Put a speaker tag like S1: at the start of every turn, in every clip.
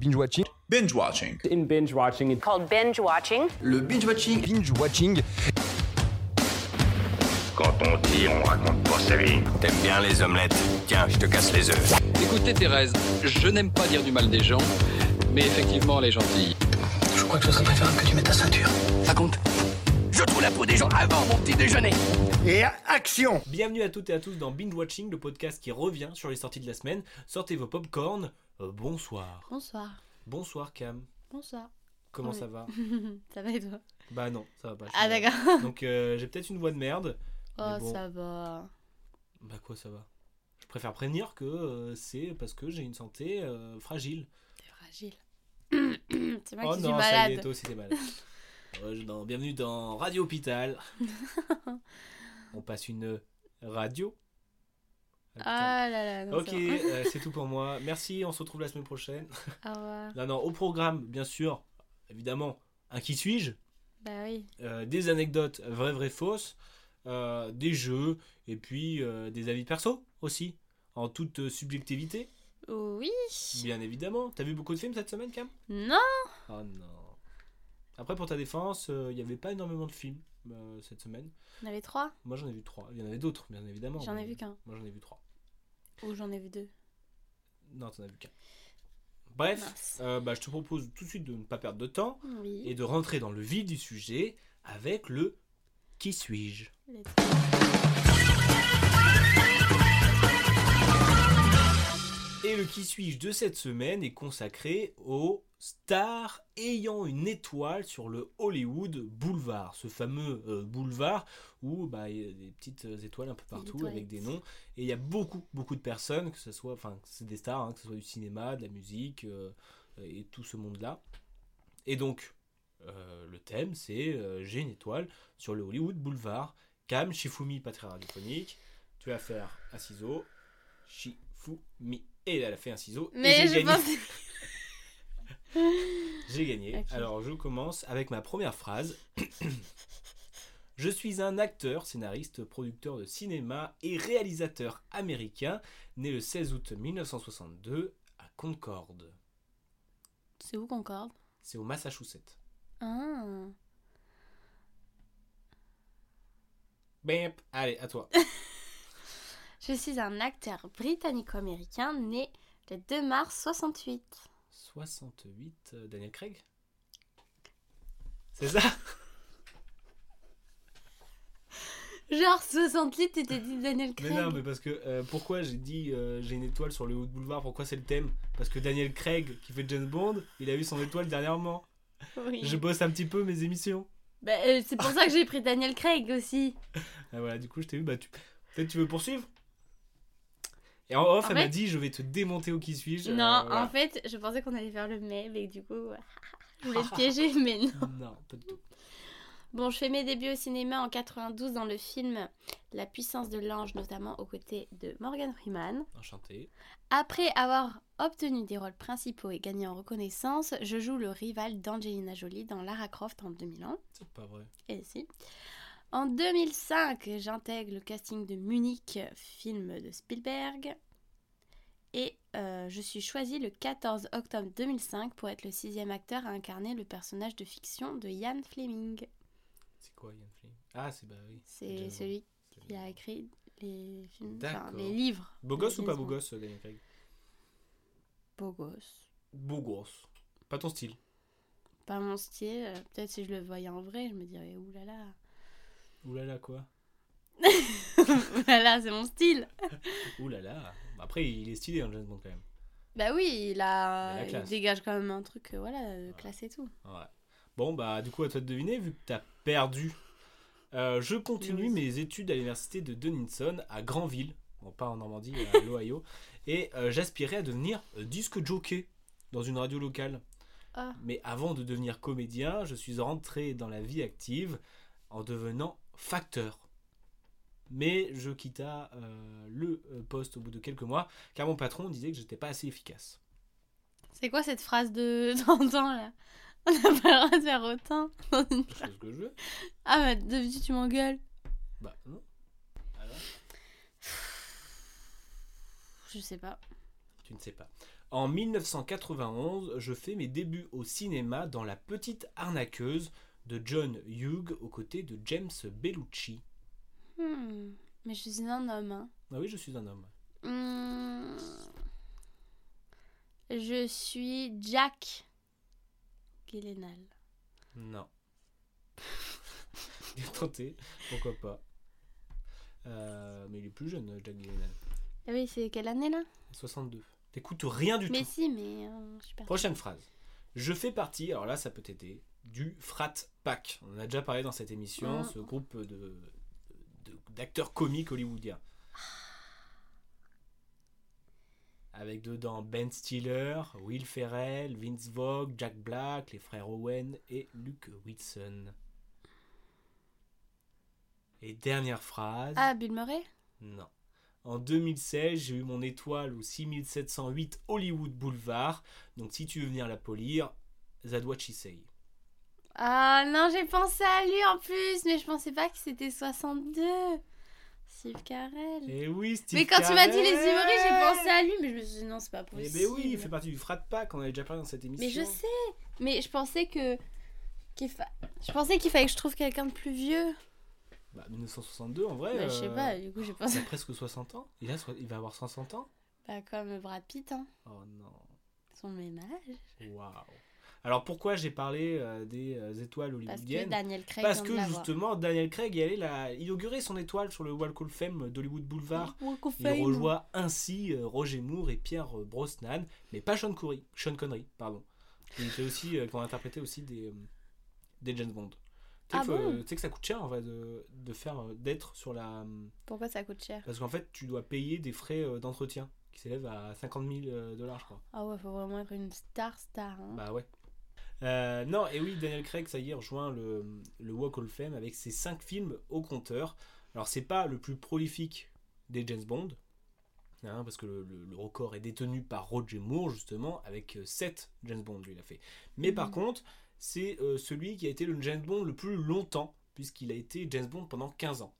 S1: Binge watching.
S2: Binge watching.
S3: In binge watching, it's
S4: called binge watching.
S2: Le binge watching.
S1: Binge watching.
S5: Quand on dit, on raconte pas sa vie. T'aimes bien les omelettes Tiens, je te casse les œufs.
S6: Écoutez Thérèse, je n'aime pas dire du mal des gens, mais effectivement elle est gentille.
S7: Je crois que ce serait préférable que tu mettes ta ceinture.
S8: Ça compte Je trouve la peau des gens avant mon petit déjeuner.
S9: Et action
S10: Bienvenue à toutes et à tous dans Binge Watching, le podcast qui revient sur les sorties de la semaine. Sortez vos popcorn. Euh, bonsoir.
S11: Bonsoir.
S10: Bonsoir Cam.
S11: Bonsoir.
S10: Comment
S11: Oui.
S10: ça va
S11: Ça va et toi
S10: Bah non, ça va pas. je suis
S11: Ah
S10: désolé.
S11: d'accord.
S10: Donc euh, j'ai peut-être une voix de merde.
S11: Oh
S10: bon.
S11: ça va.
S10: Bah quoi ça va Je préfère prévenir que euh, c'est parce que j'ai une santé euh, fragile.
S11: T'es fragile. C'est moi
S10: oh
S11: qui suis
S10: non, ça y est,
S11: malade.
S10: toi aussi t'es malade. Euh, je- non, bienvenue dans Radio Hôpital. On passe une radio. Ah, putain.
S11: Ah là là. Non,
S10: ok,
S11: ça va.
S10: euh, c'est tout pour moi. Merci, on se retrouve la semaine prochaine.
S11: Au revoir.
S10: Non, non, au programme, bien sûr, évidemment, un qui suis-je,
S11: Bah oui.
S10: euh, des anecdotes vraies, vraies, fausses, euh, des jeux, et puis euh, des avis perso aussi, en toute euh, subjectivité,
S11: Oui.
S10: bien évidemment. T'as vu beaucoup de films cette semaine, Cam
S11: Non.
S10: Oh non. Après, pour ta défense, euh, il n'y avait pas énormément de films euh, cette semaine.
S11: On avait trois.
S10: Moi, j'en ai vu trois. Il y en avait d'autres, bien évidemment.
S11: J'en ai
S10: mais
S11: vu qu'un.
S10: Moi, j'en ai vu trois.
S11: Ou j'en ai vu deux.
S10: Non, t'en as vu qu'un. Bref,
S11: Mince.
S10: euh, bah, je te propose tout de suite de ne pas perdre de temps
S11: Oui.
S10: et de rentrer dans le vif du sujet avec le Qui suis-je
S11: Les-
S10: Et le Qui suis-je de cette semaine est consacré aux stars ayant une étoile sur le Hollywood Boulevard, ce fameux euh, boulevard où bah, il y a des petites euh, étoiles un peu partout avec
S11: étoilettes.
S10: des noms. Et il y a beaucoup, beaucoup de personnes, que ce soit, enfin, c'est des stars, hein, que ce soit du cinéma, de la musique euh, et tout ce monde-là. Et donc, euh, le thème, c'est euh, j'ai une étoile sur le Hollywood Boulevard. Cam, Shifumi, pas très radiophonique. Tu vas faire un ciseau. Shifumi. Et elle a fait un ciseau. et
S11: Mais
S10: j'ai
S11: je
S10: gagné.
S11: pense.
S10: J'ai gagné.
S11: Ok.
S10: Alors je commence avec ma première phrase. je suis un acteur, scénariste, producteur de cinéma et réalisateur américain, né le 16 août 1962 à Concorde.
S11: C'est où Concorde
S10: C'est au Massachusetts.
S11: Ah.
S10: Bam Allez, à toi.
S11: Je suis un acteur britannico-américain né le 2 mars 68.
S10: 68, euh, Daniel Craig C'est ça
S11: Genre 68, tu t'es dit Daniel
S10: Mais
S11: Craig.
S10: non, mais parce que euh, pourquoi j'ai dit euh, j'ai une étoile sur le haut de boulevard Pourquoi c'est le thème Parce que Daniel Craig, qui fait James Bond, il a eu son étoile dernièrement.
S11: Oui.
S10: Je bosse un petit peu mes émissions.
S11: Bah, euh, c'est pour ça que j'ai pris Daniel Craig aussi.
S10: Ah, voilà, du coup, je t'ai vu. Bah, tu... Peut-être tu veux poursuivre Et en off,
S11: En
S10: elle
S11: fait-
S10: m'a dit je vais te démonter au qui suis-je. Euh,
S11: non,
S10: voilà.
S11: en fait, je pensais qu'on allait faire le même et du coup, je voulais te piéger, mais non.
S10: Non, pas du tout.
S11: Bon, je fais mes débuts au cinéma en 92 dans le film La puissance de l'ange, notamment aux côtés de Morgan Freeman.
S10: Enchanté.
S11: Après avoir obtenu des rôles principaux et gagné en reconnaissance, je joue le rival d'Angelina Jolie dans Lara Croft en 2001.
S10: C'est pas vrai.
S11: Et si. En 2005, j'intègre le casting de Munich, film de Spielberg. Et euh, je suis choisie le 14 octobre 2005 pour être le sixième acteur à incarner le personnage de fiction de Ian Fleming.
S10: C'est quoi, Yann Flynn Ah, c'est bah oui.
S11: C'est
S10: James
S11: celui
S10: Bond.
S11: qui a écrit les films, enfin,
S10: D'accord.
S11: les livres.
S10: Beau
S11: de
S10: gosse ou
S11: James
S10: pas beau
S11: Bond.
S10: gosse, Daniel Craig
S11: Beau gosse.
S10: Beau gosse. Pas ton style.
S11: Pas mon style. euh, Peut-être si je le voyais en vrai, je me dirais oulala.
S10: Oulala, là là, quoi
S11: Voilà, c'est mon style.
S10: Oulala. Là là. Après, il est stylé, hein, James Bond, quand même.
S11: Bah oui, il
S10: Il a la
S11: a, il
S10: classe.
S11: dégage quand même un truc, euh, voilà, euh, classe et tout.
S10: Ouais. Bon, bah, du coup, à toi de deviner, vu que t'as perdu. Euh, je continue
S11: Oui.
S10: mes études à l'université de Denison à Granville, bon, pas en Normandie, à l'Ohio, et euh, j'aspirais à devenir euh, disque jockey dans une radio locale.
S11: Ah.
S10: Mais avant de devenir comédien, je suis rentré dans la vie active en devenant facteur. Mais je quitta euh, le euh, poste au bout de quelques mois, car mon patron disait que j'étais pas assez efficace.
S11: C'est quoi cette phrase de Tintin là On n'a pas le droit de faire autant. dans une-
S10: Je fais ce que je veux.
S11: Ah bah d'habitude tu m'engueules.
S10: Bah, non. Alors
S11: Je sais pas.
S10: Tu ne sais pas. En 1991, je fais mes débuts au cinéma dans La Petite Arnaqueuse de John Hughes aux côtés de James Bellucci.
S11: Hmm, Mais je suis un homme. hein.
S10: Ah oui, je suis un homme.
S11: Hmm. Je suis Jack Gyllenhaal.
S10: Non. il est tenté, pourquoi pas. Euh, mais il est plus jeune, Jack Gyllenhaal.
S11: Ah oui, c'est quelle année là
S10: 62. T'écoutes rien du
S11: Mais
S10: tout.
S11: si, mais euh, je suis perdue.
S10: Prochaine phrase. Je fais partie, alors là ça peut t'aider, du Frat Pack. On en a déjà parlé dans cette émission,
S11: Mm.
S10: ce groupe de de- d'acteurs comiques hollywoodiens. Avec dedans Ben Stiller, Will Ferrell, Vince Vogue, Jack Black, les frères Owen et Luke Wilson. Et dernière phrase.
S11: Ah, Bill Murray
S10: Non. En 2016, j'ai eu mon étoile au 6708 Hollywood Boulevard. Donc si tu veux venir la polir, that's what she say.
S11: Ah non, j'ai pensé à lui en plus, mais je pensais pas que c'était 62. Steve Carell.
S10: Et Eh oui, Steve
S11: mais quand tu m'as dit les
S10: Carell
S11: humoristes, j'ai pensé à lui, mais je me suis dit non, c'est pas
S10: Eh
S11: possible.
S10: ben oui, il fait partie du Frat Pack, on avait déjà parlé dans cette émission.
S11: Mais je sais, mais je pensais que. qu'il fa- Je pensais qu'il fallait que je trouve quelqu'un de plus vieux.
S10: Bah, 1962 en vrai.
S11: Bah, je sais
S10: euh,
S11: pas, du coup, j'ai
S10: Il
S11: pensé.
S10: a presque 60 ans. Il, a so- il va avoir 60 ans
S11: Bah, comme Brad Pitt, hein.
S10: Oh non.
S11: Ils sont le même âge.
S10: Waouh. Alors pourquoi j'ai parlé euh, des euh, étoiles
S11: Parce que
S10: hollywoodiennes
S11: Daniel Craig.
S10: Parce
S11: vient
S10: que
S11: de l'avoir.
S10: justement, Daniel Craig est allé la- inaugurer son étoile sur le Walk of Fame d'Hollywood Boulevard.
S11: Walk of
S10: Il
S11: Fame.
S10: rejoint ainsi euh, Roger Moore et Pierre euh, Brosnan, mais pas Sean Connery. Sean Connery, pardon. Qui était aussi, euh, qui ont interprété aussi des, euh, des James Bond. Tu sais
S11: Ah
S10: que,
S11: bon
S10: euh, tu sais que ça coûte cher en vrai de, de faire euh, d'être sur la euh,
S11: Pourquoi ça coûte cher
S10: parce qu'en fait tu dois payer des frais euh, d'entretien qui s'élèvent à 50 000 euh, dollars je crois.
S11: Ah ouais, faut vraiment être une star star. hein.
S10: Bah ouais. Euh, non, et oui, Daniel Craig, ça y est, rejoint le, le Walk of Fame avec ses 5 films au compteur. Alors, c'est pas le plus prolifique des James Bond, hein, parce que le, le- le record est détenu par Roger Moore, justement, avec 7 James Bond, lui, il a fait. Mais par
S11: Mhm.
S10: contre, c'est euh, celui qui a été le James Bond le plus longtemps, puisqu'il a été James Bond pendant 15 ans.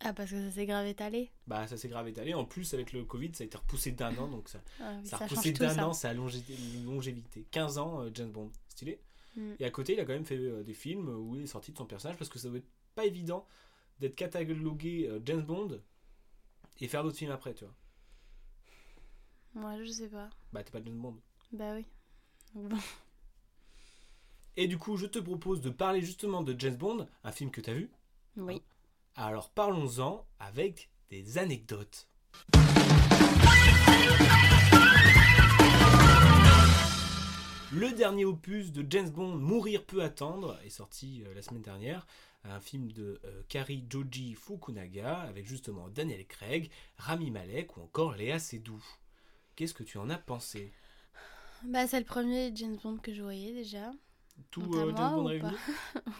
S11: Ah, parce que ça s'est grave étalé.
S10: Bah, ça s'est grave étalé. En plus, avec le Covid, ça a été repoussé d'un an, donc ça,
S11: Ah oui,
S10: ça a
S11: ça
S10: repoussé
S11: change tout
S10: d'un
S11: ça.
S10: an, ça a longé, longévité. 15 ans, euh, James Bond. Stylé.
S11: Mm.
S10: Et à côté, il a quand même fait euh, des films où il est sorti de son personnage parce que ça doit être pas évident d'être catalogué euh, James Bond et faire d'autres films après, tu vois.
S11: Moi, je sais pas.
S10: Bah, t'es pas James Bond.
S11: Bah oui.
S10: Et du coup, je te propose de parler justement de James Bond, un film que t'as vu.
S11: Oui.
S10: Alors parlons-en avec des anecdotes. Le dernier opus de James Bond, Mourir peut attendre, est sorti euh, la semaine dernière. Un film de euh, Kari Joji Fukunaga avec justement Daniel Craig, Rami Malek ou encore Léa Seydoux. Qu'est-ce que tu en as pensé
S11: Bah, c'est le premier James Bond que je voyais déjà.
S10: Tout
S11: Quant à
S10: euh, James
S11: moi,
S10: Bond
S11: ou
S10: réuni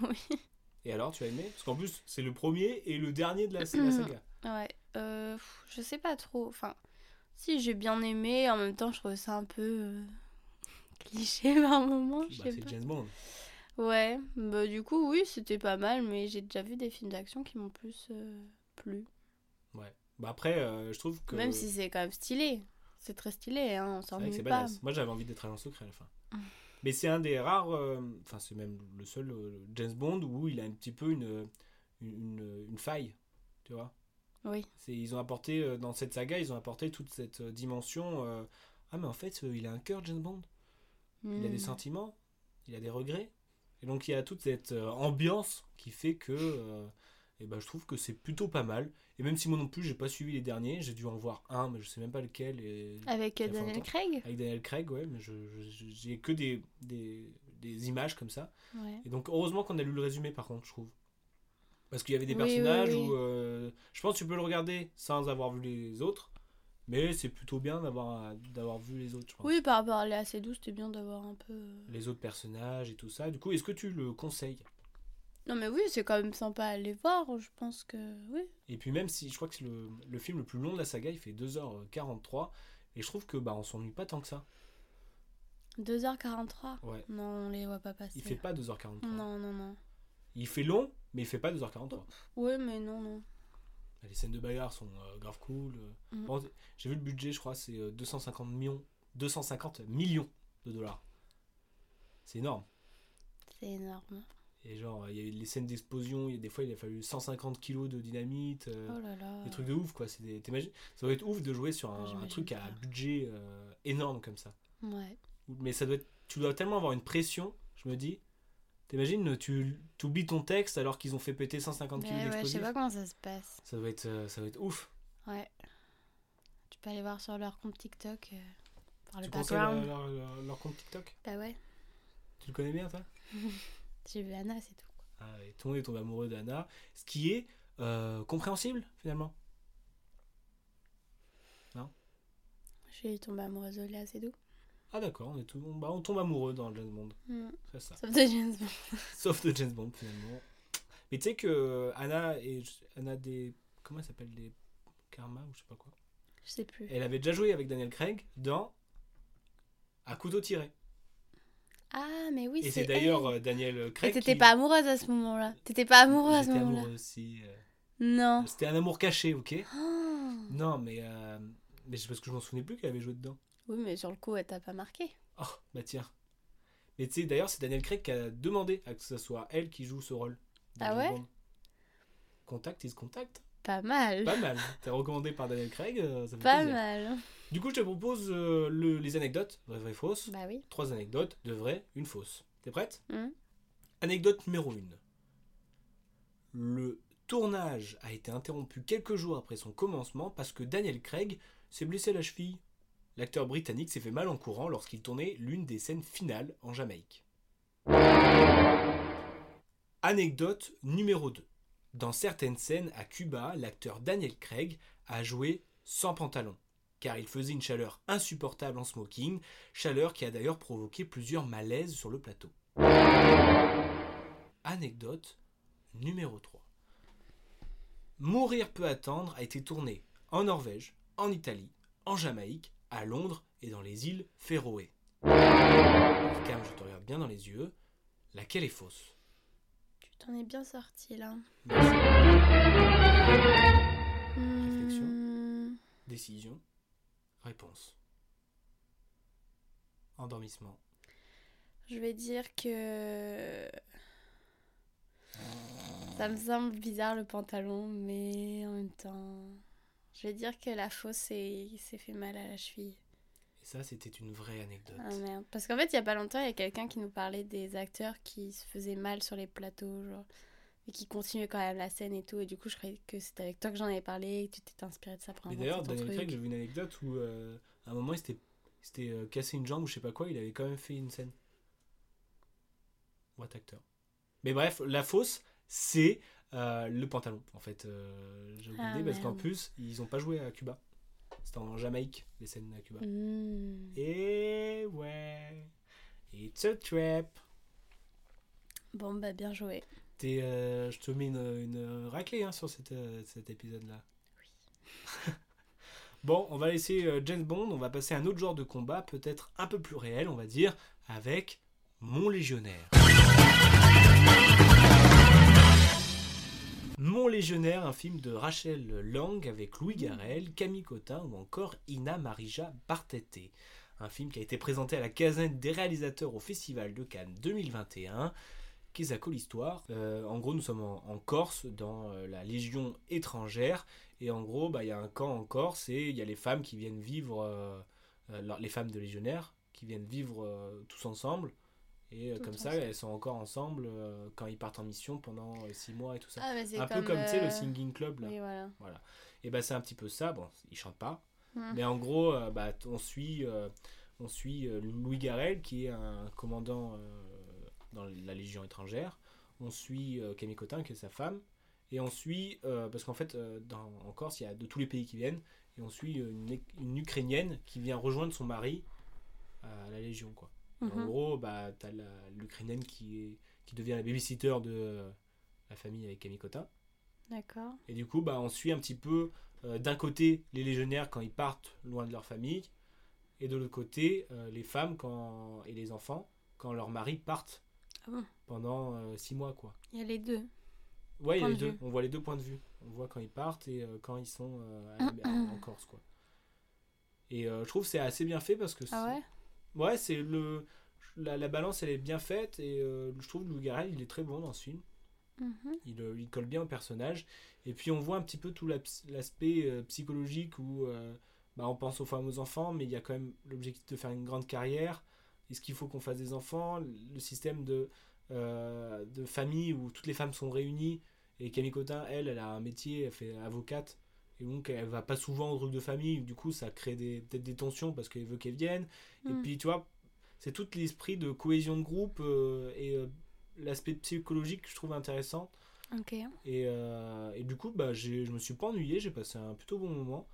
S11: pas
S10: Et alors, tu as aimé Parce qu'en plus, c'est le premier et le dernier de la, la saga.
S11: Ouais. Euh, pff, je sais pas trop. Enfin, si, j'ai bien aimé. En même temps, je trouve ça un peu. euh, cliché par moment. Je
S10: Bah,
S11: sais
S10: c'est
S11: pas.
S10: James Bond.
S11: Ouais. Bah, du coup, oui, c'était pas mal. Mais j'ai déjà vu des films d'action qui m'ont plus euh, plu.
S10: Bah après, euh, je trouve que...
S11: Même si c'est quand même stylé. C'est très stylé, hein. On
S10: C'est vrai que
S11: s'ennuie
S10: c'est
S11: pas.
S10: badass. Moi, j'avais envie d'être agent secret à la fin.
S11: Mm.
S10: Mais c'est un des rares, euh, enfin, c'est même le seul euh, James Bond où il a un petit peu une, une, une- une faille, tu vois.
S11: Oui.
S10: C'est- Ils ont apporté, euh, dans cette saga, ils ont apporté toute cette euh, dimension. euh, ah, mais en fait, euh, il a un cœur, James Bond. Il a des
S11: Hmm.
S10: sentiments, il a des regrets. Et donc, il y a toute cette euh, ambiance qui fait que. euh, eh ben, je trouve que c'est plutôt pas mal. Et même si moi non plus, j'ai pas suivi les derniers, j'ai dû en voir un, mais je sais même pas lequel. Et...
S11: Avec
S10: Ça
S11: euh,
S10: fait
S11: Daniel
S10: longtemps.
S11: Craig
S10: Avec Daniel Craig, ouais, mais je, je- j'ai que des, des, des images comme ça.
S11: Ouais.
S10: Et donc, heureusement qu'on a lu le résumé, par contre, je trouve. Parce qu'il y avait des
S11: Oui,
S10: personnages
S11: oui, oui.
S10: où. euh, je pense que tu peux le regarder sans avoir vu les autres, mais c'est plutôt bien d'avoir, d'avoir vu les autres, je pense.
S11: Oui, par rapport à assez douce, c'était bien d'avoir un peu. euh,
S10: Les autres personnages et tout ça. Du coup, est-ce que tu le conseilles
S11: Non, mais oui, c'est quand même sympa à aller voir. Je pense que. Oui.
S10: Et puis, même si je crois que c'est le, le film le plus long de la saga, il fait 2h43, et je trouve que bah on s'ennuie pas tant que ça.
S11: 2h43.
S10: Ouais.
S11: Non, on les voit pas passer.
S10: Il fait pas 2h43.
S11: Non, non, non.
S10: Il fait long, mais il fait pas 2h43.
S11: Ouais, mais non, non.
S10: Les scènes de bagarre sont euh, grave cool. euh.
S11: Mhm.
S10: Bon, J'ai vu le budget, je crois, c'est euh, 250 millions 250 millions de dollars. C'est énorme.
S11: C'est énorme.
S10: Et genre, il y a eu les scènes d'explosion, il y a des fois il a fallu 150 kilos de dynamite, euh,
S11: Oh là là.
S10: des trucs de ouf quoi. C'est des- t'imagines- Ça doit être ouf de jouer sur un,
S11: Ah, J'imagine
S10: un truc à
S11: pas.
S10: budget euh, énorme comme ça.
S11: Ouais.
S10: Mais ça doit être, tu dois tellement avoir une pression, je me dis. T'imagines, tu oublies ton texte alors qu'ils ont fait péter 150 kilos
S11: Ouais, ouais, je sais
S10: d'explosifs.
S11: pas comment ça se passe.
S10: ça doit être, euh, ça doit être ouf.
S11: Ouais. Tu peux aller voir sur leur compte TikTok. euh, voir le
S10: tu penses à
S11: background.
S10: leur, leur- leur- leur compte TikTok
S11: Bah ouais.
S10: Tu le connais bien toi
S11: J'ai vu Anna, c'est tout.
S10: Ah, et tout le monde est tombé amoureux d'Anna, ce qui est euh, compréhensible finalement.
S11: Je suis tombée amoureuse de Léa, c'est tout.
S10: Ah d'accord, on est tout, bah, on tombe amoureux dans James Bond,
S11: Hmm.
S10: c'est ça.
S11: Sauf de James Bond.
S10: Sauf de James Bond finalement. Mais tu sais que Anna et Anna des comment elle s'appelle des Karma ou je sais pas quoi.
S11: Je sais plus.
S10: Elle avait déjà joué avec Daniel Craig dans À couteau tiré.
S11: Ah, mais oui,
S10: et
S11: c'est
S10: c'est d'ailleurs
S11: elle.
S10: euh, Daniel Craig.
S11: Et t'étais
S10: qui-
S11: pas amoureuse à ce moment-là. T'étais pas amoureuse à ce
S10: J'étais
S11: moment-là.
S10: amoureux aussi. euh.
S11: Non.
S10: C'était un amour caché, ok.
S11: Oh.
S10: Non mais euh, mais c'est parce que je m'en souvenais plus qu'elle avait joué dedans.
S11: Oui, mais sur le coup, elle t'a pas marqué.
S10: Oh, bah tiens. Mais tu sais, d'ailleurs, c'est Daniel Craig qui a demandé à que ce soit elle qui joue ce rôle. de
S11: Ah
S10: James
S11: ouais
S10: Bond. Contact is contact.
S11: Pas mal.
S10: Pas mal. T'es recommandé par Daniel Craig, euh, ça fait
S11: Pas
S10: plaisir.
S11: mal.
S10: Du coup, je te propose euh, le- les anecdotes, vraies, vraies, fausses.
S11: Bah oui.
S10: Trois anecdotes, de vraies, une fausse. T'es prête
S11: Hmm.
S10: Anecdote numéro 1. Le tournage a été interrompu quelques jours après son commencement parce que Daniel Craig s'est blessé à la cheville. L'acteur britannique s'est fait mal en courant lorsqu'il tournait l'une des scènes finales en Jamaïque. Anecdote numéro 2. Dans certaines scènes à Cuba, l'acteur Daniel Craig a joué sans pantalon, car il faisait une chaleur insupportable en smoking, chaleur qui a d'ailleurs provoqué plusieurs malaises sur le plateau. Anecdote numéro 3. Mourir peut attendre a été tourné en Norvège, en Italie, en Jamaïque, à Londres et dans les îles Féroé. Alors, Cam, je te regarde bien dans les yeux. Laquelle est fausse
S11: Tu t'en es bien sorti là.
S10: Merci. Réflexion.
S11: Hmm.
S10: Décision. Réponse. Endormissement.
S11: Je vais dire que. Ça me semble bizarre le pantalon, mais en même temps. Je vais dire que la fausse c'est- il s'est fait mal à la cheville.
S10: Et ça, c'était une vraie anecdote.
S11: Ah merde. Parce qu'en fait, il y a pas longtemps, il y a quelqu'un qui nous parlait des acteurs qui se faisaient mal sur les plateaux, genre. Et qui continuaient quand même la scène et tout. Et du coup, je croyais que c'était avec toi que j'en avais parlé et que tu t'étais inspiré de ça pour
S10: Mais
S11: inventer
S10: d'ailleurs,
S11: ton
S10: Daniel
S11: truc.
S10: Craig, j'ai vu une anecdote où euh, à un moment il s'était, il s'était, euh, cassé une jambe ou je sais pas quoi, il avait quand même fait une scène. What acteur. Mais bref, la fausse, c'est euh, le pantalon en fait. Euh, j'ai oublié
S11: Ah,
S10: parce qu'en
S11: merde.
S10: plus, ils ont pas joué à Cuba. C'était en Jamaïque, les scènes à Cuba.
S11: Hmm.
S10: Et ouais. It's a trap.
S11: Bon, bah, bien joué.
S10: T'es, euh, je te mets une, une raclée hein, sur cette, euh, cet épisode-là. bon, on va laisser euh, James Bond, on va passer à un autre genre de combat, peut-être un peu plus réel, on va dire, avec Mon Légionnaire. Mon Légionnaire, un film de Rachel Lang avec Louis
S11: Mm.
S10: Garrel, Camille Cotin ou encore Ina Marija Bartete. Un film qui a été présenté à la quinzaine des réalisateurs au Festival de Cannes 2021. Qu'est-ce que l'histoire Euh, En gros, nous sommes en, en Corse, dans euh, la Légion étrangère. Et en gros, bah, il y a un camp en Corse et il y a les femmes qui viennent vivre, euh, euh, leur- les femmes de légionnaires, qui viennent vivre euh, tous ensemble. Et euh,
S11: Tout
S10: comme ça,
S11: ensemble.
S10: elles sont encore ensemble euh, quand ils partent en mission pendant euh, six mois et tout ça
S11: Ah, mais c'est
S10: un
S11: comme,
S10: peu comme tu sais, le
S11: euh,
S10: singing club là.
S11: Oui, voilà.
S10: Et ben c'est un petit peu ça. Bon, ils chantent pas,
S11: Hmm.
S10: mais en gros, euh, bah, t- on suit, euh, on suit euh, Louis Garrel qui est un commandant euh, dans la Légion étrangère. On suit euh, Camille Cotin qui est sa femme, et on suit euh, parce qu'en fait, euh, dans, en Corse, il y a de tous les pays qui viennent, et on suit euh, une, une Ukrainienne qui vient rejoindre son mari euh, à la Légion quoi. Et En
S11: Mhm.
S10: gros, bah, t'as la- l'Ukrainienne qui, est- qui devient la babysitter de euh, la famille avec Camille Cotin.
S11: D'accord.
S10: Et du coup, bah, on suit un petit peu euh, d'un côté les légionnaires quand ils partent loin de leur famille, et de l'autre côté euh, les femmes quand... et les enfants quand leurs maris partent
S11: Ah bon
S10: pendant euh, six mois. quoi.
S11: Il y a les deux.
S10: Ouais, il y a
S11: Points
S10: les
S11: de
S10: deux.
S11: vue.
S10: on voit les deux points de vue. On voit quand ils partent et euh, quand ils sont euh, à la- en Corse. quoi. Et euh, je trouve que c'est assez bien fait parce que
S11: Ah
S10: c'est-
S11: ouais
S10: Ouais, c'est le la, la balance elle est bien faite et euh, je trouve que Lou Garrel il est très bon dans ce film.
S11: Mhm.
S10: Il, euh, il colle bien au personnage et puis on voit un petit peu tout la ps- l'aspect euh, psychologique où euh, bah, on pense aux femmes aux enfants mais il y a quand même l'objectif de faire une grande carrière. Est-ce qu'il faut qu'on fasse des enfants Le système de euh, de famille où toutes les femmes sont réunies et Camille Cotin elle elle a un métier elle fait avocate et donc elle va pas souvent au truc de famille du coup ça crée des- peut-être des tensions parce qu'elle veut qu'elle vienne et
S11: Mm.
S10: puis, tu vois, c'est tout l'esprit de cohésion de groupe euh, et euh, l'aspect psychologique que je trouve intéressant.
S11: Ok.
S10: Et, euh, et du coup, bah, j'ai- je me suis pas ennuyé, j'ai passé un plutôt bon moment.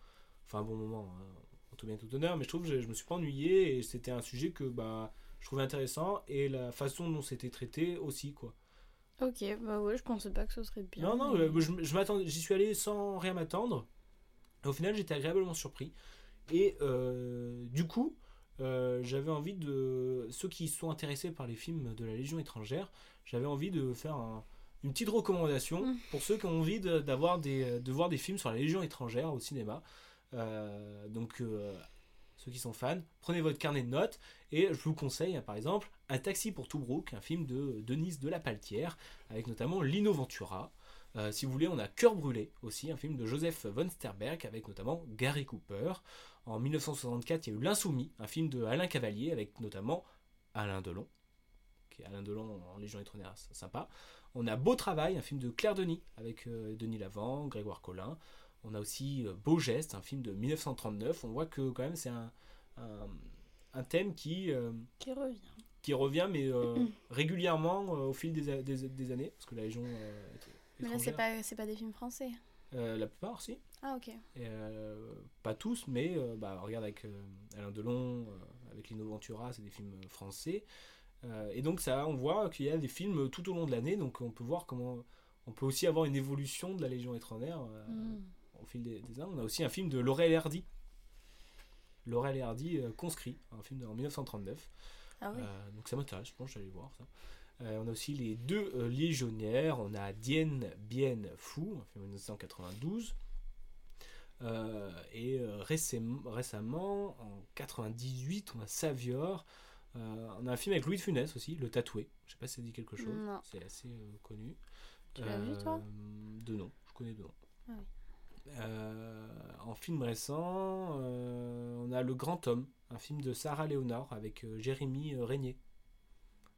S10: Enfin, un bon moment, hein, en tout bien tout honneur, mais je trouve que je, je me suis pas ennuyé et c'était un sujet que bah, je trouvais intéressant et la façon dont c'était traité aussi, quoi.
S11: Ok, bah ouais, je pensais pas que ce serait bien.
S10: non, non,
S11: mais-
S10: euh, je, je m'attendais- j'y suis allé sans rien m'attendre. Et Au final, j'étais agréablement surpris. Et euh, du coup, euh, j'avais envie de. Ceux qui sont intéressés par les films de la Légion étrangère, j'avais envie de faire un- une petite recommandation
S11: Mm.
S10: pour ceux qui ont envie de, d'avoir des, de voir des films sur la Légion étrangère au cinéma. Euh, donc, euh, ceux qui sont fans, prenez votre carnet de notes et je vous conseille, hein, par exemple, Un taxi pour Toubrook, un film de Denise de la Paltière, avec notamment Lino Ventura. Euh, si vous voulez, on a Cœur brûlé aussi, un film de Joseph von Sterberg avec notamment Gary Cooper. En 1964, il y a eu L'Insoumis, un film de Alain Cavalier avec notamment Alain Delon, qui est Alain Delon en Légion étrangère, c'est sympa. On a Beau Travail, un film de Claire Denis avec euh, Denis Lavant, Grégoire Collin. On a aussi euh, Beau Geste, un film de 1939. On voit que quand même c'est un, un- un thème qui, euh,
S11: Qui revient.
S10: qui revient mais euh, régulièrement euh, au fil des, a- des- des années, parce que la Légion euh,
S11: Mais là, c'est
S10: étrangère-
S11: pas, c'est pas des films français.
S10: euh, la plupart, si.
S11: Ah, ok.
S10: Et, euh, pas tous, mais euh, bah, regarde avec euh, Alain Delon, euh, avec Lino Ventura, c'est des films euh, français. Euh, et donc ça, on voit qu'il y a des films tout au long de l'année, donc on peut voir comment... On peut aussi avoir une évolution de la Légion étrangère euh,
S11: Mm.
S10: au fil des, des ans. On a aussi un film de Laurel et Hardy. Laurel et Hardy, euh, conscrit, un film de, en 1939.
S11: Ah oui.
S10: Euh, donc ça m'intéresse, je pense que j'allais voir ça. Euh, on a aussi les deux euh, légionnaires. On a Dien Bien Phu, en 1992. Euh, et euh, récem- récemment, en 98, on a Savior. Euh, on a un film avec Louis de Funès aussi, Le Tatoué. Je sais pas si ça dit quelque chose.
S11: Non.
S10: C'est assez euh, connu.
S11: Tu l'as vu, toi
S10: Euh, De nom, je connais de nom.
S11: Ah oui.
S10: Euh, en film récent, euh, on a Le Grand Homme, un film de Sarah Léonard avec euh, Jérémy euh, Régnier,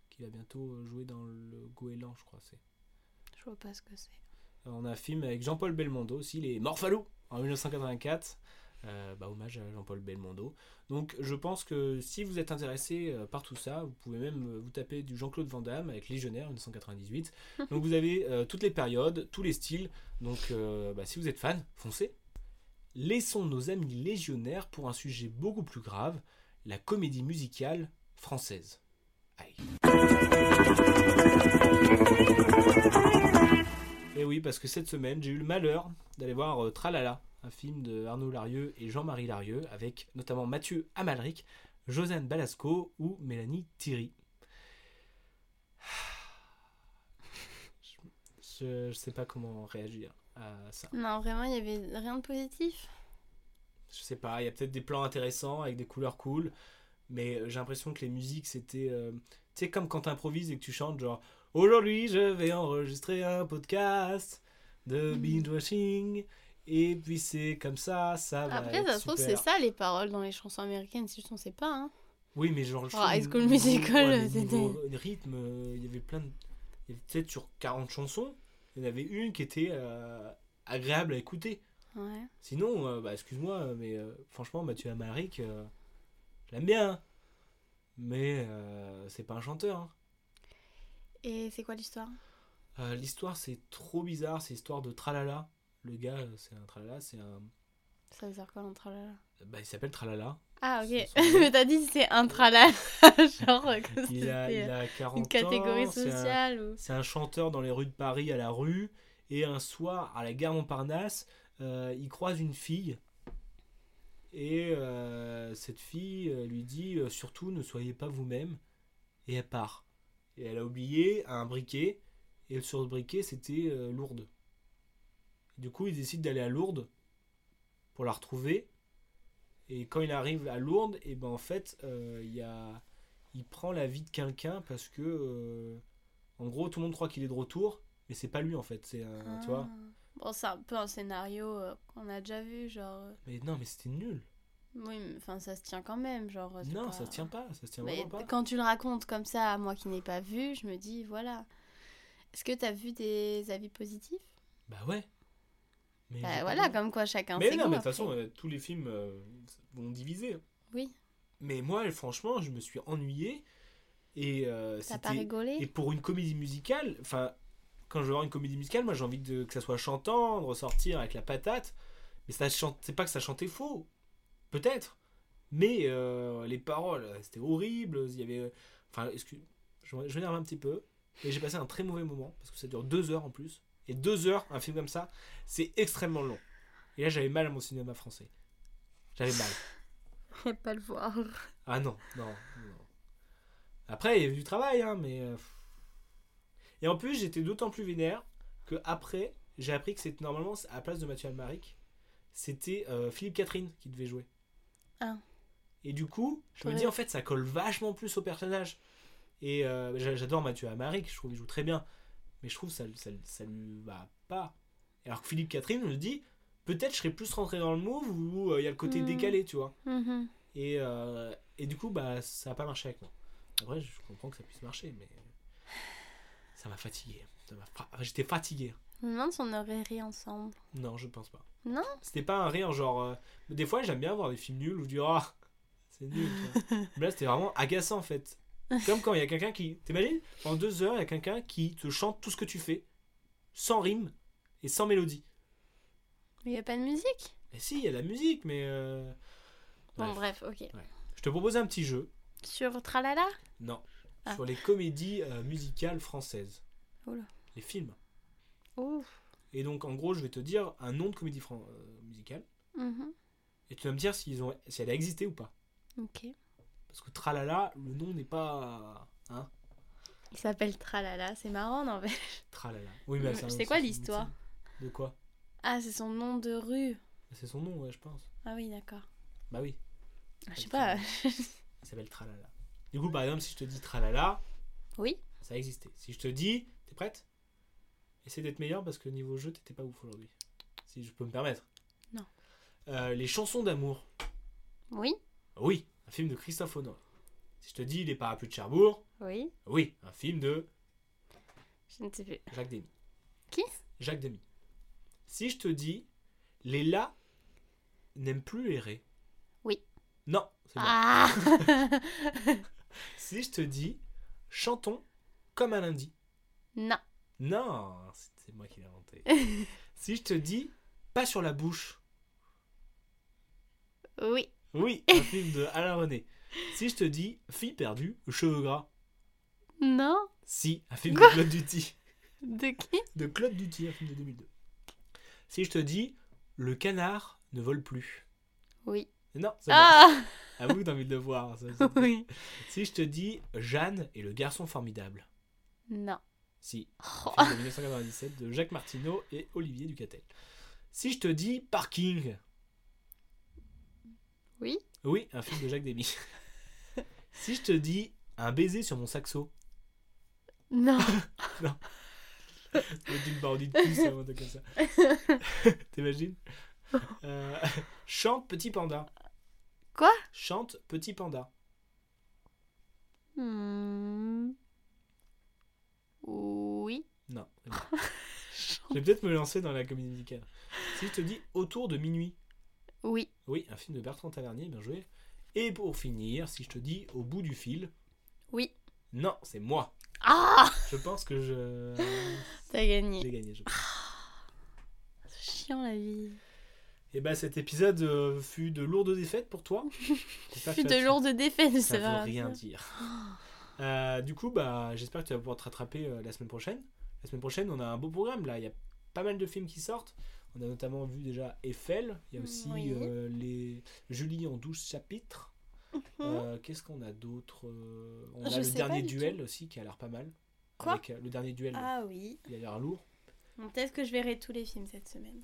S10: qui va bientôt euh, jouer dans Le Goéland, je crois. c'est.
S11: Je vois pas ce que c'est.
S10: Euh, on a un film avec Jean-Paul Belmondo aussi, Les Morphalos, en 1984. Euh, bah, hommage à Jean-Paul Belmondo. Donc je pense que si vous êtes intéressé euh, par tout ça, vous pouvez même euh, vous taper du Jean-Claude Van Damme avec Légionnaire 1998. Donc vous avez euh, toutes les périodes, tous les styles. Donc euh, bah, si vous êtes fan, foncez. Laissons nos amis légionnaires pour un sujet beaucoup plus grave, la comédie musicale française. Aïe. Et Eh oui, parce que cette semaine, j'ai eu le malheur d'aller voir euh, Tralala, un film de Arnaud Larieux et Jean-Marie Larieux, avec notamment Mathieu Amalric, Josiane Balasco ou Mélanie Thierry. Je, je sais pas comment réagir à ça.
S11: Non, vraiment, il y avait rien de positif.
S10: Je sais pas, il y a peut-être des plans intéressants avec des couleurs cool, mais euh, j'ai l'impression que les musiques c'était. euh, tu sais, comme quand t'improvises et que tu chantes, genre Aujourd'hui je vais enregistrer un podcast de
S11: Mhm.
S10: binge watching, et puis c'est comme ça, ça va.
S11: Après,
S10: être
S11: ça se trouve, c'est
S10: Ah bah, super.
S11: ça les paroles dans les chansons américaines, si je ne sais pas. Hein.
S10: Oui, mais genre. je
S11: Genre,
S10: trouve
S11: High School
S10: niveau-
S11: Musical, euh,
S10: ouais, mais
S11: c'était-
S10: niveau rythme, euh, il y avait plein de. Il y avait peut-être sur 40 chansons, il y en avait une qui était euh, agréable à écouter.
S11: Ouais.
S10: Sinon, euh, bah, excuse-moi, mais euh, franchement, Mathieu Amalric, euh, je l'aime bien. hein. Mais euh, c'est pas un chanteur. hein.
S11: Et c'est quoi l'histoire
S10: Euh, L'histoire, c'est trop bizarre. C'est l'histoire de Tralala. Le gars, euh, c'est un Tralala, c'est un.
S11: Ça veut dire quoi l'intralala
S10: Bah, il s'appelle Tralala.
S11: Ah,
S10: C'est
S11: ok.
S10: son
S11: Mais t'as dit c'est intralala. Genre, comme si
S10: Il a,
S11: c'était
S10: il a 40
S11: une catégorie
S10: ans, c'est un-
S11: sociale. Ou...
S10: C'est un chanteur dans les rues de Paris à la rue. Et un soir, à la gare Montparnasse, euh, il croise une fille. Et euh, cette fille euh, lui dit euh, surtout ne soyez pas vous-même. Et elle part. Et elle a oublié un briquet. Et sur le briquet, c'était euh, Lourdes. Du coup, il décide d'aller à Lourdes pour la retrouver. Et quand il arrive à Lourdes, et ben en fait, euh, il, y a... il prend la vie de quelqu'un parce que, euh, en gros, tout le monde croit qu'il est de retour, mais c'est pas lui en fait. C'est
S11: Ah.
S10: un, tu vois.
S11: Bon, c'est un peu un scénario euh, qu'on a déjà vu, genre. euh,
S10: Mais non, mais c'était nul.
S11: Oui, mais enfin, ça se tient quand même, genre. euh, c'est
S10: Non,
S11: pas-
S10: ça se tient pas, ça se tient
S11: Mais
S10: vraiment pas.
S11: quand tu le racontes comme ça, à moi qui n'ai pas vu, je me dis, voilà. Est-ce que t'as vu des avis positifs
S10: Bah ouais. Mais j'ai
S11: Bah
S10: pas
S11: voilà,
S10: vu.
S11: comme quoi chacun
S10: Mais
S11: ses
S10: non,
S11: goûts
S10: mais de toute
S11: après.
S10: façon, euh, tous les films euh, vont diviser.
S11: Oui,
S10: Mais moi, franchement, je me suis ennuyé. Et euh,
S11: t'as pas
S10: c'était.
S11: rigolé
S10: Et pour une comédie musicale, enfin, quand je vais voir une comédie musicale, moi j'ai envie de, que ça soit chantant, de ressortir avec la patate. Mais ça chante, c'est pas que ça chantait faux, peut-être. Mais euh, les paroles, c'était horrible. Il y avait, euh, enfin, excuse, je, je m'énerve un petit peu. Et j'ai passé un très mauvais moment parce que ça dure deux heures en plus. Et deux heures, un film comme ça, c'est extrêmement long. Et là, j'avais mal à mon cinéma français. J'avais mal.
S11: pas le voir.
S10: Ah non, non, non. Après, il y avait du travail, hein, mais. euh, pff. Et en plus, j'étais d'autant plus vénère que après, j'ai appris que c'était normalement à la place de Mathieu Almaric, c'était euh, Philippe Catherine qui devait jouer.
S11: Ah.
S10: Et du coup, je me
S11: Ouais.
S10: dis en fait, ça colle vachement plus au personnage. Et euh, j'a- j'adore Mathieu Almaric, je trouve qu'il joue très bien, mais je trouve que ça, ça, ça lui va pas. Alors que Philippe Catherine, je me dis, peut-être je serais plus rentré dans le move où euh, il y a le côté
S11: Mhm.
S10: décalé, tu vois. Et, euh, et du coup, bah, ça n'a pas marché avec moi. Après, je comprends que ça puisse marcher, mais ça m'a fatigué. Ça m'a fra- J'étais fatigué.
S11: Je me demande si on aurait ri ensemble.
S10: Non, je pense pas.
S11: Non
S10: C'était pas un rire genre. euh, Des fois, j'aime bien voir des films nuls où je dis Ah, c'est nul. tu vois. Mais là, c'était vraiment agaçant en fait. Comme quand il y a quelqu'un qui. T'imagines En deux heures, il y a quelqu'un qui te chante tout ce que tu fais, sans rime et sans mélodie.
S11: Mais y a pas de musique
S10: Et si, il y a de la musique, mais. euh,
S11: Bon,
S10: Bref.
S11: bref, ok.
S10: Je te propose un petit jeu.
S11: Sur Tralala
S10: Non.
S11: Ah. Oh
S10: Sur les comédies euh, musicales françaises.
S11: Oula.
S10: Les films.
S11: Ouf.
S10: Et donc, en gros, je vais te dire un nom de comédie fran- euh, musicale.
S11: Mhm.
S10: Et tu vas me dire s'ils ont, si elle a existé ou pas.
S11: Ok.
S10: Parce que Tralala, le nom n'est pas. Hein
S11: Il s'appelle Tralala, c'est marrant en fait.
S10: Tralala. Oui,
S11: Mais
S10: ça-
S11: c'est
S10: ça-
S11: quoi
S10: ça-
S11: l'histoire
S10: De quoi Bah,
S11: Ah, c'est son nom de rue.
S10: C'est son nom, ouais, je pense.
S11: Ah oui, d'accord.
S10: Bah oui,
S11: Ah, Je sais pas.
S10: Tralala. il s'appelle Tralala. Du coup, par exemple, si je te dis Tralala,
S11: oui
S10: ça a existé. Si je te dis. T'es prête Essaie d'être meilleur parce que niveau jeu, t'étais pas ouf aujourd'hui. Si je peux me permettre.
S11: Non.
S10: Euh, les chansons d'amour.
S11: Oui
S10: Oui, un film de Christophe Honoré. Si je te dis Les Parapluies de Cherbourg,
S11: Oui
S10: oui, un film de
S11: Je ne sais plus.
S10: Jacques Demy.
S11: Qui
S10: Jacques Demy. Si je te dis Les lats n'aiment plus errer.
S11: Oui.
S10: Non, c'est bon.
S11: Ah
S10: Si je te dis Chantons comme un lundi.
S11: Non.
S10: Non, c'est c'est moi qui l'ai inventé. si je te dis Pas sur la bouche.
S11: Oui.
S10: Oui, un film de Alain René. Si je te dis Fille perdue, cheveux gras.
S11: Non
S10: Si, un film de Claude Duty.
S11: De qui
S10: de Claude Duty, un film de 2002. Si je te dis Le canard ne vole plus.
S11: Oui.
S10: Non, c'est
S11: Ah
S10: bon. Avoue que t'as envie de le voir. ça, c'est-
S11: Oui.
S10: si je te dis Jeanne et le garçon formidable.
S11: Non.
S10: Si,
S11: Oh.
S10: un film de 1997 de Jacques Martineau et Olivier Ducatel. Si je te dis Parking.
S11: Oui
S10: Oui, un film de Jacques Demy. si je te dis Un baiser sur mon saxo.
S11: Non.
S10: Ou d'une parodie de plus, un truc comme ça. T'imagines Euh, Chante petit panda.
S11: Quoi
S10: Chante petit panda.
S11: Hmm. Oui.
S10: Non. c'est bon. Je vais peut-être me lancer dans la comédie musicale. Si je te dis autour de minuit.
S11: Oui.
S10: Oui, un film de Bertrand Tavernier, bien joué. Et pour finir, si je te dis au bout du fil.
S11: Oui.
S10: Non, c'est moi.
S11: Ah
S10: Je pense que je.
S11: T'as gagné.
S10: J'ai gagné. Je...
S11: C'est chiant la vie.
S10: Et bah cet épisode euh, fut de lourdes défaites pour toi. J'espère que
S11: Plus
S10: Ah, ça
S11: de
S10: te-
S11: lourdes défaites,
S10: Ça
S11: c'est
S10: veut
S11: vrai.
S10: rien dire. Euh, du coup, bah, j'espère que tu vas pouvoir te rattraper euh, la semaine prochaine. La semaine prochaine, on a un beau programme là. Il y a pas mal de films qui sortent. On a notamment vu déjà Eiffel. Il y a aussi
S11: Mm, Oui.
S10: euh, les Julie en 12 chapitres. Euh, Qu'est-ce qu'on a d'autre Euh, On
S11: Mhm. Je
S10: a le
S11: sais pas
S10: dernier
S11: du tout.
S10: duel aussi qui a l'air pas mal.
S11: Quoi
S10: Avec, euh, Le dernier duel,
S11: Ah oui.
S10: il a l'air lourd.
S11: Bon, Peut-être que je verrai tous les films cette semaine.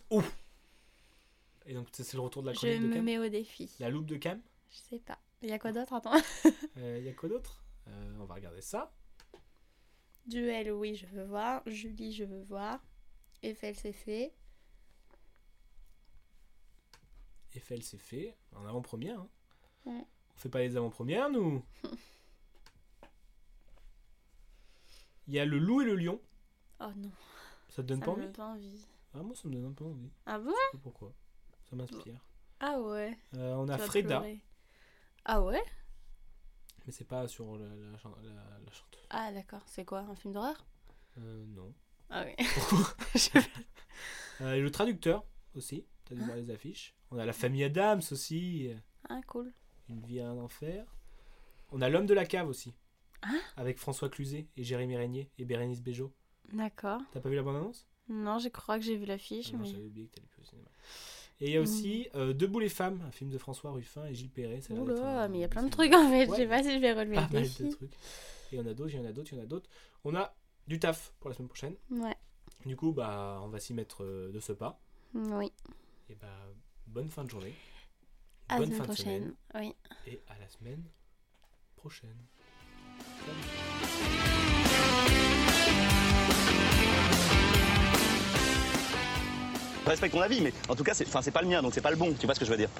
S10: Et donc, c'est c'est le retour de la
S11: Je
S10: chronique de
S11: me
S10: Cam
S11: mets au défi.
S10: La loupe de Cam
S11: Je sais pas. Il y a quoi d'autre Attends.
S10: Il y a quoi d'autre Euh, On va regarder ça.
S11: Duel, oui, je veux voir. Julie, je veux voir. FLCC.
S10: Eiffel, c'est fait. En avant-première. hein.
S11: Ouais.
S10: On fait pas les avant-premières, nous Il y a le loup et le lion.
S11: Oh non,
S10: Ça te donne
S11: ça
S10: pas
S11: me
S10: envie
S11: donne pas envie.
S10: Ah, Moi, ça me donne un peu envie.
S11: Ah bon
S10: Je sais pas pourquoi. Ça m'inspire.
S11: Ah ouais.
S10: Euh, on a
S11: tu vas
S10: Freda,
S11: pleurer. Ah ouais
S10: mais c'est pas sur la, la chan- la- la chanteuse.
S11: Ah d'accord, c'est quoi Un film d'horreur
S10: Euh, non.
S11: Ah ouais.
S10: Euh, et le traducteur aussi. T'as dû voir les affiches. On a la famille Adams aussi.
S11: ah cool.
S10: Une vie à un enfer. On a l'homme de la cave aussi.
S11: Hein
S10: avec François Cluzet et Jérémy Régnier et Bérénice Bejo.
S11: D'accord.
S10: T'as pas vu la bande-annonce
S11: Non, je crois que j'ai vu Mm. l'affiche,
S10: Ah non,
S11: mais...
S10: J'avais oublié que t'allais plus au cinéma. Et il y a aussi euh, Debout les femmes, un film de François Ruffin et Gilles Perret. ça a l'air d'être
S11: Oula,
S10: un-
S11: mais il y a
S10: un
S11: plein de
S10: film
S11: trucs hein. en fait.
S10: Ouais,
S11: je sais pas si je vais relever
S10: Pas
S11: le
S10: mal
S11: défi.
S10: de trucs. Et il y en a d'autres, il y en a d'autres, il y en a d'autres. On a du taf pour la semaine prochaine.
S11: Ouais.
S10: Du coup, bah, on va s'y mettre euh, de ce pas.
S11: Oui.
S10: Et bah, bonne fin de journée.
S11: À la
S10: bonne
S11: semaine
S10: fin de
S11: prochaine.
S10: semaine.
S11: Oui.
S10: Et à la semaine prochaine.
S1: Je respecte ton avis, mais en tout cas, c'est enfin, c'est pas le mien, donc c'est pas le bon. Tu vois ce que je veux dire